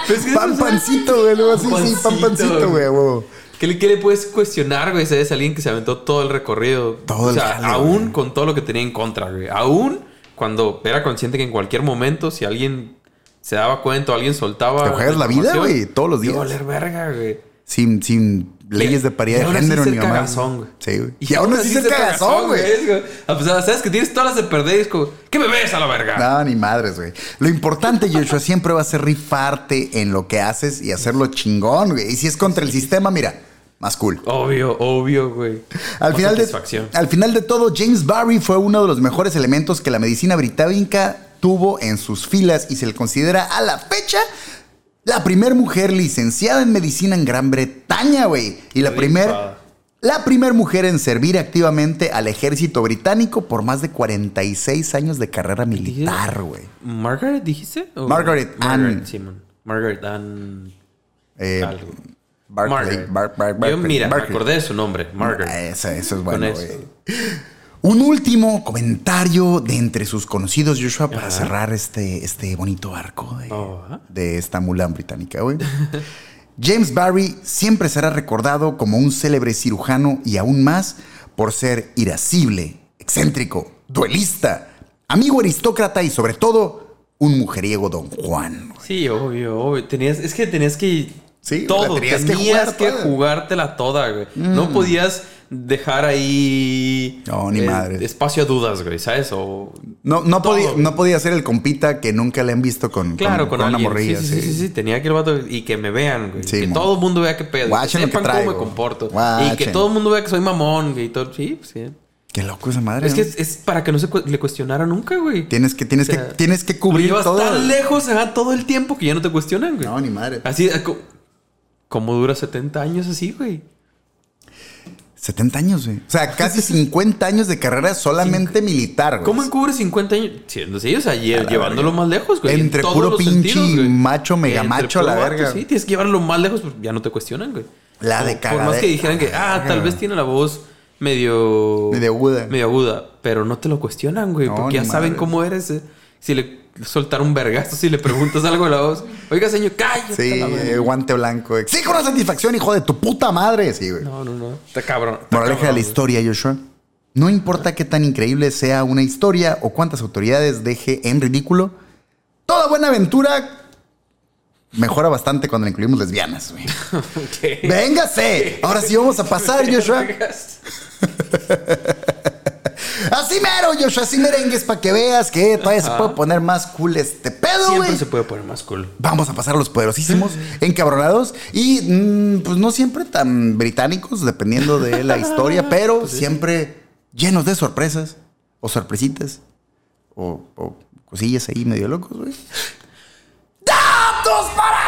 Pues que eso, o sea, pancito, güey. Luego así, sí, pam Pancito, pancito, güey. güey. a huevo. ¿Qué le, qué le puedes cuestionar, güey? Ese es alguien que se aventó todo el recorrido. Todo o el sea, jale, aún güey. con todo lo que tenía en contra, güey. Aún cuando era consciente que en cualquier momento, si alguien se daba cuenta o alguien soltaba. Te juegas la vida, información, güey, todos los Iba a días. valer verga, güey. Sin, sin leyes de Y paridad aún de así género ser ni mamá. cagazón, güey. Sí, güey. Y, aún así ser ser cagazón, güey. es como- A pesar de Ah, pues, sabes que tienes todas las de perder, es como, ¿qué me ves a la verga? No, ni madres, güey. Lo importante, Joshua, siempre va a ser rifarte en lo que haces y hacerlo chingón, güey. Y si es contra el sistema, mira, más cool. Obvio, obvio, güey. Al Más final, de, satisfacción. al final de todo, James Barry fue uno de los mejores elementos que la medicina británica tuvo en sus filas y se le considera a la fecha la primer mujer licenciada en medicina en Gran Bretaña, güey. Y la Qué primer, rifada. la primer mujer en servir activamente al ejército británico por más de 46 años de carrera militar, güey. ¿Margaret dijiste? ¿O- Margaret Ann. Margaret, Simon. Margaret Ann. Eh, Algo. Barclay, Margaret. eh, Bar- Bar- Yo, Barclay, mira, Barclay. me acordé de su nombre, Ah, Margaret. Eso, eso es bueno, eso. güey. Un último comentario de entre sus conocidos, Joshua, para Ajá. Oh, cerrar este, este bonito barco de, Ajá. de esta Mulan británica, güey. James Barry siempre será recordado como un célebre cirujano y aún más por ser irascible, excéntrico, duelista, amigo aristócrata y sobre todo un mujeriego don Juan. Sí, obvio, obvio. Tenías, es que tenías que. Sí, la todo. tenías que Tenías, jugar que, toda. Mm. jugártela toda, güey. No podías dejar ahí. eh, No, ni madre. Espacio a dudas, güey, ¿sabes? O. No, no, Todo, podía, güey. no podía ser el compita que nunca le han visto con, Claro, con, una alguien. morrilla. sí, sí, sí, sí. sí, sí, tenía que el vato y que me vean, güey. Sí, que mo. todo el mundo vea qué pedo. Guachen lo que que sepan cómo traigo. me comporto. Y que Guachen. todo el mundo vea que soy mamón, güey. y todo. Sí, pues, sí. Qué loco esa madre. Es ¿no? que es, es para que no se cu- le cuestionara nunca, güey. Tienes que, tienes O sea, que, tienes que Lo cubrir llevas todo. tan lejos ajá, todo el tiempo que ya no te cuestionan, güey. No, ni madre. Así, eh, co- ¿cómo dura 70 años así, güey? 70 años, güey. O sea, casi 50 años de carrera solamente militar, güey. ¿Cómo encubre 50 años? Siendo así, o sea, lle- llevándolo más lejos, güey. en Entre todos puro los pinche sentidos, güey. macho, mega Entre macho, puro la vato, verga. Sí, tienes que llevarlo más lejos, pues ya no te cuestionan, güey. La de Por- Por cagadera. más que dijeran que, ah, Verga, tal güey. vez tiene la voz medio... Medio aguda. Medio aguda, pero no te lo cuestionan, güey, No, porque ya ni saben madres. cómo eres. eh. Si le soltar un vergazo, si le preguntas algo a la voz, oiga, señor, cállate. Sí, la verga". eh, guante blanco. Sí, con una satisfacción, hijo de tu puta madre. Sí, güey. No, no, no. Está cabrón. está Moraleja de cabrón, la güey. historia, Joshua. No importa qué tan increíble sea una historia o cuántas autoridades deje en ridículo, toda buena aventura mejora bastante cuando le incluimos lesbianas, güey. Ok. ¡Véngase! Ahora sí vamos a pasar, Joshua. Ah, Así mero, Joshua, así merengues para que veas que todavía se puede poner más cool este pedo, Siempre güey. se puede poner más cool. Vamos a pasar a los poderosísimos, encabronados y mm, pues no siempre tan británicos, dependiendo de la historia, pero siempre llenos de sorpresas o sorpresitas o, o cosillas ahí medio locos, güey. ¡Datos para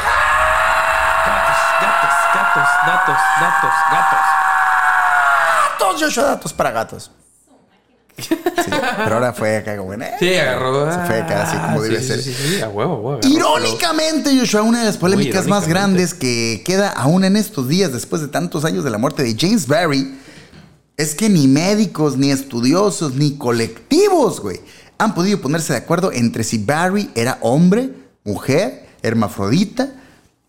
Gatos, gatos, gatos, gatos, gatos, gatos. gatos, Joshua! Datos para gatos. Sí, pero ahora fue acá como... eh, Sí, agarró. Se fue acá así como Ah, debe sí, ser. Sí, sí, sí, a huevo, a huevo. agarró. Irónicamente, Joshua, una de las polémicas más irónicamente. grandes que queda aún en estos días después de tantos años de la muerte de James Barry es que ni médicos, ni estudiosos, ni colectivos, güey, han podido ponerse de acuerdo entre si Barry era hombre, mujer, hermafrodita,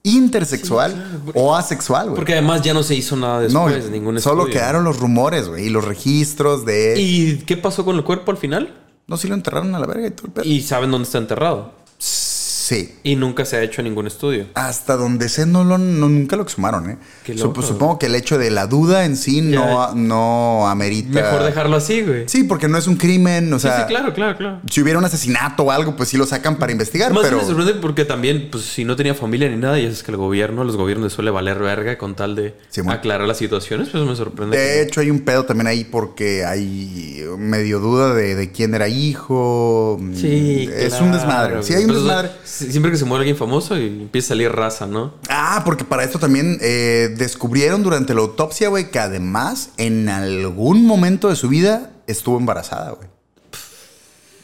intersexual o asexual, güey. Porque además ya no se hizo nada No, después, ningún solo estudio. quedaron los rumores, güey, y los registros de... ¿Y qué pasó con el cuerpo al final? No, si lo enterraron a la verga y todo el pedo. Y saben dónde está enterrado. Sí. Y nunca se ha hecho ningún estudio. Hasta donde sé, no lo, no- nunca lo exhumaron, ¿eh? Qué Sup- loco. supongo que el hecho de la duda en sí no, Ya. no amerita. Mejor dejarlo así, güey. Sí, porque no es un crimen, o Sí, sea. sí, claro, Mm. claro, claro. Si hubiera un asesinato o algo, pues sí lo sacan para investigar, Más pero. me sorprende porque también, pues, si no tenía familia ni nada, y es que el gobierno, los gobiernos les suele valer verga con tal de Simón. Eh, aclarar las situaciones, pues me sorprende. De que- hecho, hay un pedo también ahí porque hay medio duda de, de quién era hijo. Sí, Es claro, un desmadre. Sí, hay un güey. Pues, desmadre. Siempre que se muere alguien famoso y empieza a salir raza, ¿no? Ah, porque para esto también eh, descubrieron durante la autopsia, güey, que además en algún momento de su vida estuvo embarazada, güey.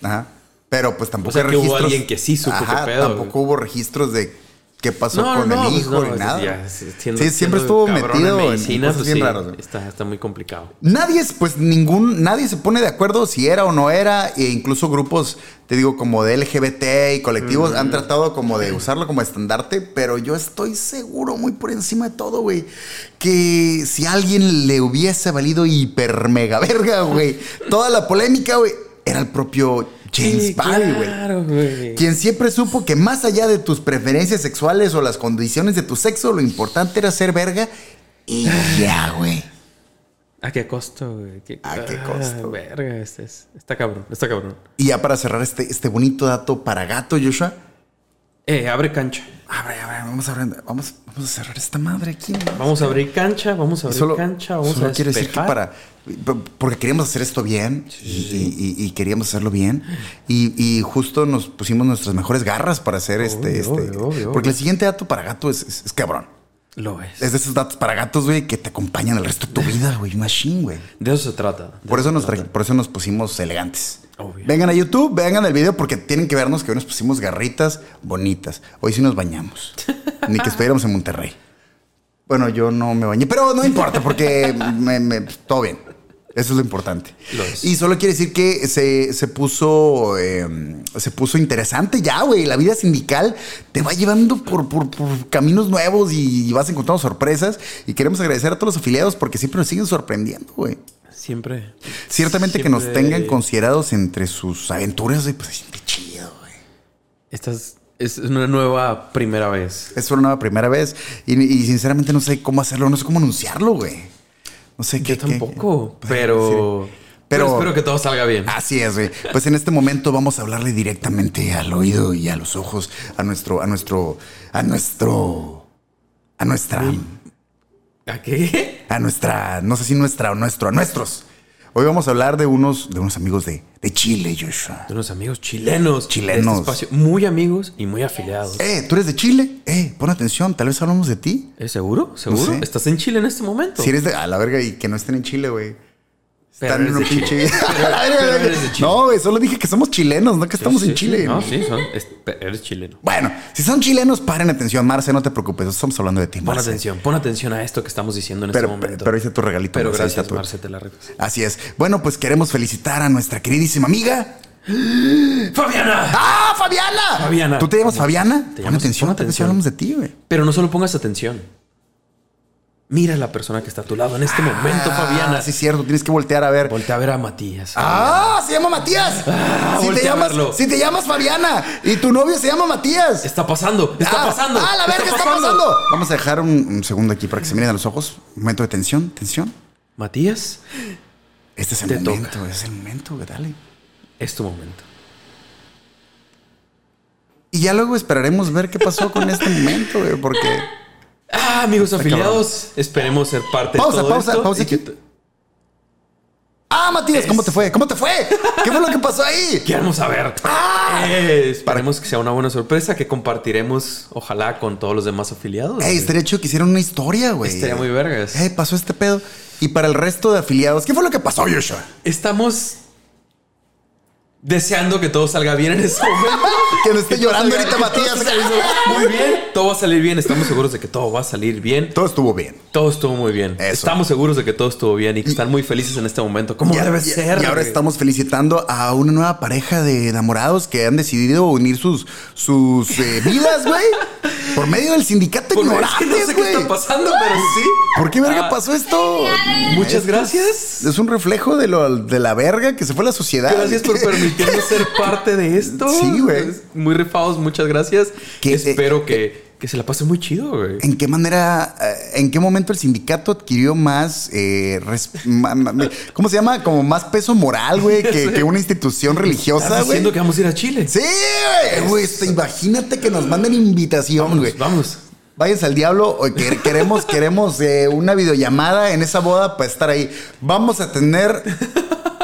Ajá. Pero pues tampoco O sea, hay que hubo registros. alguien que sí supo Ajá, qué pedo, Tampoco hubo registros de qué pasó con el pues hijo no, ni pues nada. ya, sí, siendo- siempre siendo estuvo cabrón metido en medicina, cosas pues bien sí, raras, güey. Está, está muy complicado. Nadie, es- pues ningún, nadie se pone de acuerdo si era o no era, e incluso grupos, te digo, como de LGBT y colectivos han tratado como de usarlo como estandarte, pero yo estoy seguro, muy por encima de todo, güey, que si a alguien le hubiese valido hiper mega verga, güey, toda la polémica, güey, era el propio James Sí, Bond, güey. Claro, güey. Quien siempre supo que más allá de tus preferencias sexuales o las condiciones de tu sexo, lo importante era ser verga y ya, güey. ¿A qué costo, güey? ¿Qué- ¿A qué ah, costo? verga, este es- está cabrón, está cabrón. Y ya para cerrar este, este bonito dato para gato, Joshua. Eh, abre cancha. Abre, abre, vamos a abrir- vamos, vamos a cerrar esta madre aquí. ¿no? Vamos a abrir cancha, vamos a Y abrir cancha, vamos solo a quiero decir que despejar. para. Porque queríamos hacer esto bien y- y, y queríamos hacerlo bien. Y, y justo nos pusimos nuestras mejores garras para hacer este. Obvio, este obvio, obvio. porque el siguiente dato para gato es, es- es cabrón. Lo es. Es de esos datos para gatos, güey, que te acompañan el resto de tu vida, güey. Machine, güey. De eso se trata. de Por eso, nos se tra- por eso nos pusimos elegantes. Obvio. Vengan a YouTube, vengan el video porque tienen que vernos que hoy nos pusimos garritas bonitas. Hoy sí nos bañamos. Ni que estuviéramos en Monterrey. Bueno, yo no me bañé, pero no importa porque me- me- todo bien. Eso es lo importante. Lo es. Y solo quiere decir que se, se puso eh, se puso interesante ya, güey. La vida sindical te va llevando por, por- por caminos nuevos y vas encontrando sorpresas. Y queremos agradecer a todos los afiliados porque siempre nos siguen sorprendiendo, güey. Siempre. Ciertamente que nos siempre tengan considerados entre sus aventuras, güey, pues es siempre chido, güey. Estás. Es una nueva primera vez. Es solo una primera vez y, y sinceramente no sé cómo hacerlo, no sé cómo anunciarlo, güey. No sé qué. Yo qué- tampoco, qué- pero, Sí. pero. Pero- espero que todo salga bien. Así es, güey. Pues en este momento vamos a hablarle directamente al oído y a los ojos, a nuestro, a nuestro, a nuestro, a nuestra, ¿A qué? a nuestra, no sé si nuestra o nuestro, a nuestros. Hoy vamos a hablar de unos, de unos amigos de, de Chile, Joshua. De unos amigos chilenos. Chilenos. de este espacio, muy amigos y muy afiliados. Eh, ¿tú eres de Chile? Eh, pon atención, tal vez hablamos de ti. ¿Eh, ¿Seguro? ¿Seguro? sé. ¿Estás en Chile en este momento? Si eres de. A la verga, y que no estén en Chile, güey. Pero Están en eres un de Chile. pinche. A la verga, Pero güey. eres de Chile. No, güey, solo dije que somos chilenos, no que estamos Sí, en sí, Chile. No, sí, son. es- eres chileno. Bueno, si son chilenos, paren atención, Marce, no te preocupes, estamos hablando de ti, Pon Marce. atención, pon atención a esto que estamos diciendo en Pero, este pero, momento. pero hice tu regalito. Pero Marce, ahí está gracias, tu- Marce, te la rifas. Así es. Bueno, pues queremos felicitar a nuestra queridísima amiga. ¡Fabiana! ¡Ah, Fabiana! Fabiana. ¿Tú te llamas Fabiana? Te pon llamas- atención, pon tal vez atención. hablamos de ti, güey. Pero no solo pongas atención. Mira a la persona que está a tu lado en este momento, Ah, Fabiana. Sí, cierto, tienes que voltear a ver. Voltea a ver a Matías. ¡Ah! Se llama Matías. si, te Ah, voltea a llamas, verlo. si te llamas Fabiana y tu novio se llama Matías. Está pasando, está Ah, pasando. ¡Ah, la verga, está, pasando. Vamos a dejar un, un segundo aquí para que se miren a los ojos. Momento de tensión, tensión. Matías, Este es el Te momento, es el momento, güey, dale. es tu momento. Y ya luego esperaremos ver qué pasó con este momento, güey, porque... Ah, amigos cabrón. afiliados, esperemos ser parte Pausa, de todo pausa, esto. pausa y que aquí. ¡Ah, Matías! ¿Cómo te fue? ¿Cómo te fue? ¿Qué fue lo que pasó ahí? Queremos saber. ¡Ah! Eh, esperemos que sea una buena sorpresa que compartiremos, ojalá, con todos los demás afiliados. Ey, este- estaría chido que hicieran una historia, güey. Estaría muy vergas. Ey, pasó este pedo. Y para el resto de afiliados, ¿qué fue lo que pasó, Joshua? Estamos deseando que todo salga bien en este momento. Que no esté llorando salga- ahorita que todo Matías. Muy bien, todo va a salir bien. Estamos seguros de que todo va a salir bien. Todo estuvo bien. Todo estuvo muy bien. Eso. Estamos seguros de que todo estuvo bien y que están muy felices en este momento. ¿Cómo Ya- debe ya- ser? Y ahora güey? estamos felicitando a una nueva pareja de enamorados que han decidido unir sus, sus eh, vidas, güey. Por medio del sindicato Por- es que ignorante, no sé qué está pasando, pero sí. ¿Por qué verga Ah, pasó esto? Muchas Esto gracias. Es un reflejo de, lo, de la verga que se fue la sociedad. Gracias por permitirnos ser parte de esto. Sí, güey. Muy rifados, muchas gracias. Que- eh, Espero que, que se la pase muy chido, güey. ¿En qué manera, eh, en qué momento el sindicato adquirió más, eh, res- ma- ma- ¿cómo se llama? Como más peso moral, güey, que, que una institución religiosa, ¿Estás güey. diciendo que vamos a ir a Chile? Sí, güey. güey. este, imagínate que nos manden invitación, güey. Vamos. Váyanse al diablo, o que- queremos, queremos eh, una videollamada en esa boda para estar ahí. Vamos a tener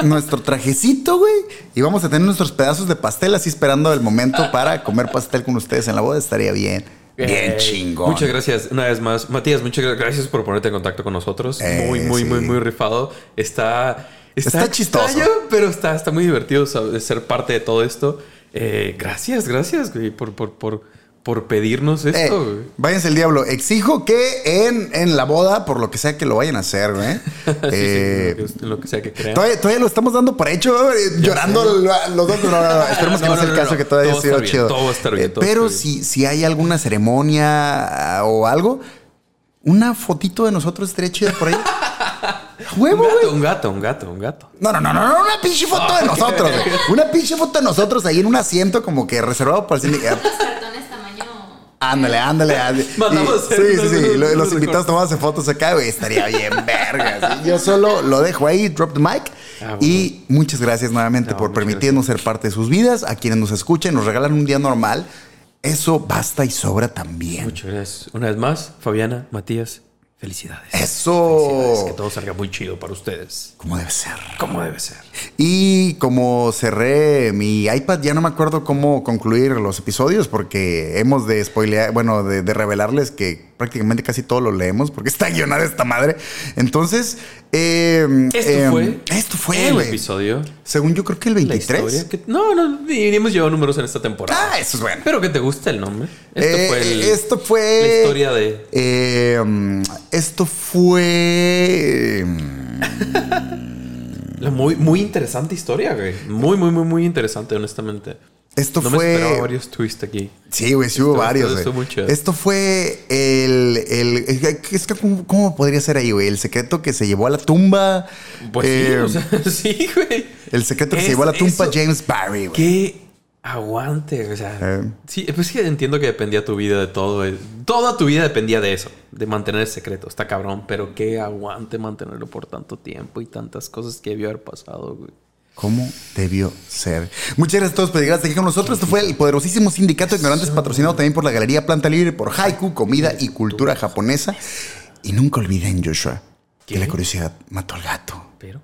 nuestro trajecito, güey. Y vamos a tener nuestros pedazos de pastel así esperando el momento para comer pastel con ustedes en la boda. Estaría bien. Bien Eh, chingón. Muchas gracias una vez más. Matías, muchas gra- gracias por ponerte en contacto con nosotros. Eh, muy, muy, sí. muy, muy rifado. Está. Está chistoso. extraño, pero está, está muy divertido saber- ser parte de todo esto. Eh, gracias, gracias, güey, por, por, por, por pedirnos Eh, esto. güey. váyanse el diablo. Exijo que en, en la boda, por lo que sea que lo vayan a hacer, güey. Sí, sí, eh, lo que- lo que sea que crean. Todavía, todavía lo estamos dando por hecho, eh, llorando lo- los dos. No, no, no, esperemos que No, no, no, sea el no, caso, no. que todavía Todo ha sido está bien, chido. todo está bien, Eh, todo pero está si, si hay alguna ceremonia ah, o algo, una fotito de nosotros estaría chida por ahí. Un ¡Huevo, gato, güey! un gato, un gato, un gato. No, no, no, no, no, una pinche foto de nosotros. güey. Una pinche foto de nosotros ahí en un asiento como que reservado para el cine. Los cartones tamaño. Ándale, ándale, ándale. Mandamos Y- a hacer sí, sí, unos- sí. Lo- unos Los invitados recortes. tomándose fotos acá, güey. Estaría bien, verga. sí. Yo solo lo dejo ahí, drop the mic. Ah, bueno. Y muchas gracias nuevamente No, por muchas permitirnos ser parte de sus vidas. A quienes nos escuchen, nos regalan un día normal. Eso basta y sobra también. Muchas gracias. Una vez más, Fabiana, Matías, felicidades. Eh, oh. Felicidades, que Eso. todo salga muy chido para ustedes. Como debe ser. Como debe ser. Y como cerré mi iPad, ya no me acuerdo cómo concluir los episodios porque hemos de spoilear, bueno, de, de revelarles que prácticamente casi todo lo leemos porque está guionada esta madre. Entonces, eh, Esto eh, fue. Esto fue, el güey. episodio. Según yo creo que el La 23. historia. que- no, no, ni, ni hemos llevado números en esta temporada. Ah, eso es bueno. Espero que te guste el nombre. Esto Eh, fue el- esto fue- la historia de. Eh, mm, esto fue... La muy, muy interesante historia, güey. Muy, muy, muy, muy interesante, honestamente. Esto no me fue- esperaba varios twists aquí. Sí, güey, sí hubo Estuvo- varios, estuvo güey. muy chido. Esto fue el, el- Es que, ¿cómo, cómo podría ser ahí, güey? El secreto que se llevó a la tumba. Pues sí, eh, o sea, sí, güey. El secreto que Es- se llevó a la tumba eso- James Barry, güey. Qué aguante, o sea. Eh. Sí, pues que entiendo que dependía tu vida de todo. güey. Toda tu vida dependía de eso, de mantener el secreto. Está cabrón, pero qué aguante mantenerlo por tanto tiempo y tantas cosas que debió haber pasado, güey. ¿Cómo debió ser? Muchas gracias a todos por llegar hasta aquí con nosotros. Esto fue el poderosísimo Sindicato de Ignorantes, patrocinado también por la Galería Planta Libre, por Haiku, Comida y Cultura Japonesa. Y nunca olviden, Joshua, que ¿Qué? la curiosidad mató al gato. Pero.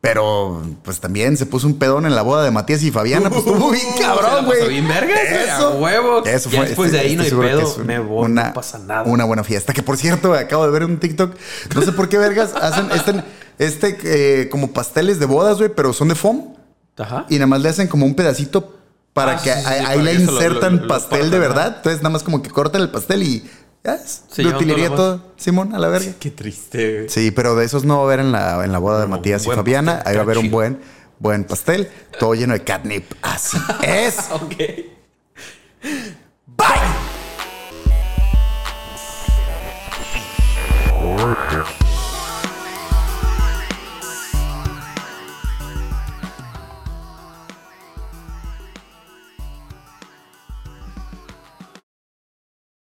Pero, pues también se puso un pedón en la boda de Matías y Fabiana. Pues estuvo bien Se cabrón, la pasó güey. bien vergas, güey, a huevo. Eso Ya fue. después de ahí no hay seguro que pedo, es me voy, no pasa nada. Una buena fiesta. Que por cierto, acabo de ver un TikTok. No sé por qué vergas hacen este, este eh, como pasteles de bodas, güey, pero son de foam Ajá. y nada más le hacen como un pedacito para Ah, que sí, sí, ahí, ahí sí, para le que eso lo- insertan lo- lo pastel partan, de ajá. verdad. Entonces nada más como que cortan el pastel y ya es. de Se llevan todo lo utilería demás. todo. Simón, a la verga. Qué triste, güey. Sí, pero de esos no va a haber en la, en la boda de No, Matías y buen Fabiana. pastel, Ahí va a haber un chido. buen, buen pastel, todo lleno de catnip. Así es. Ok. Bye.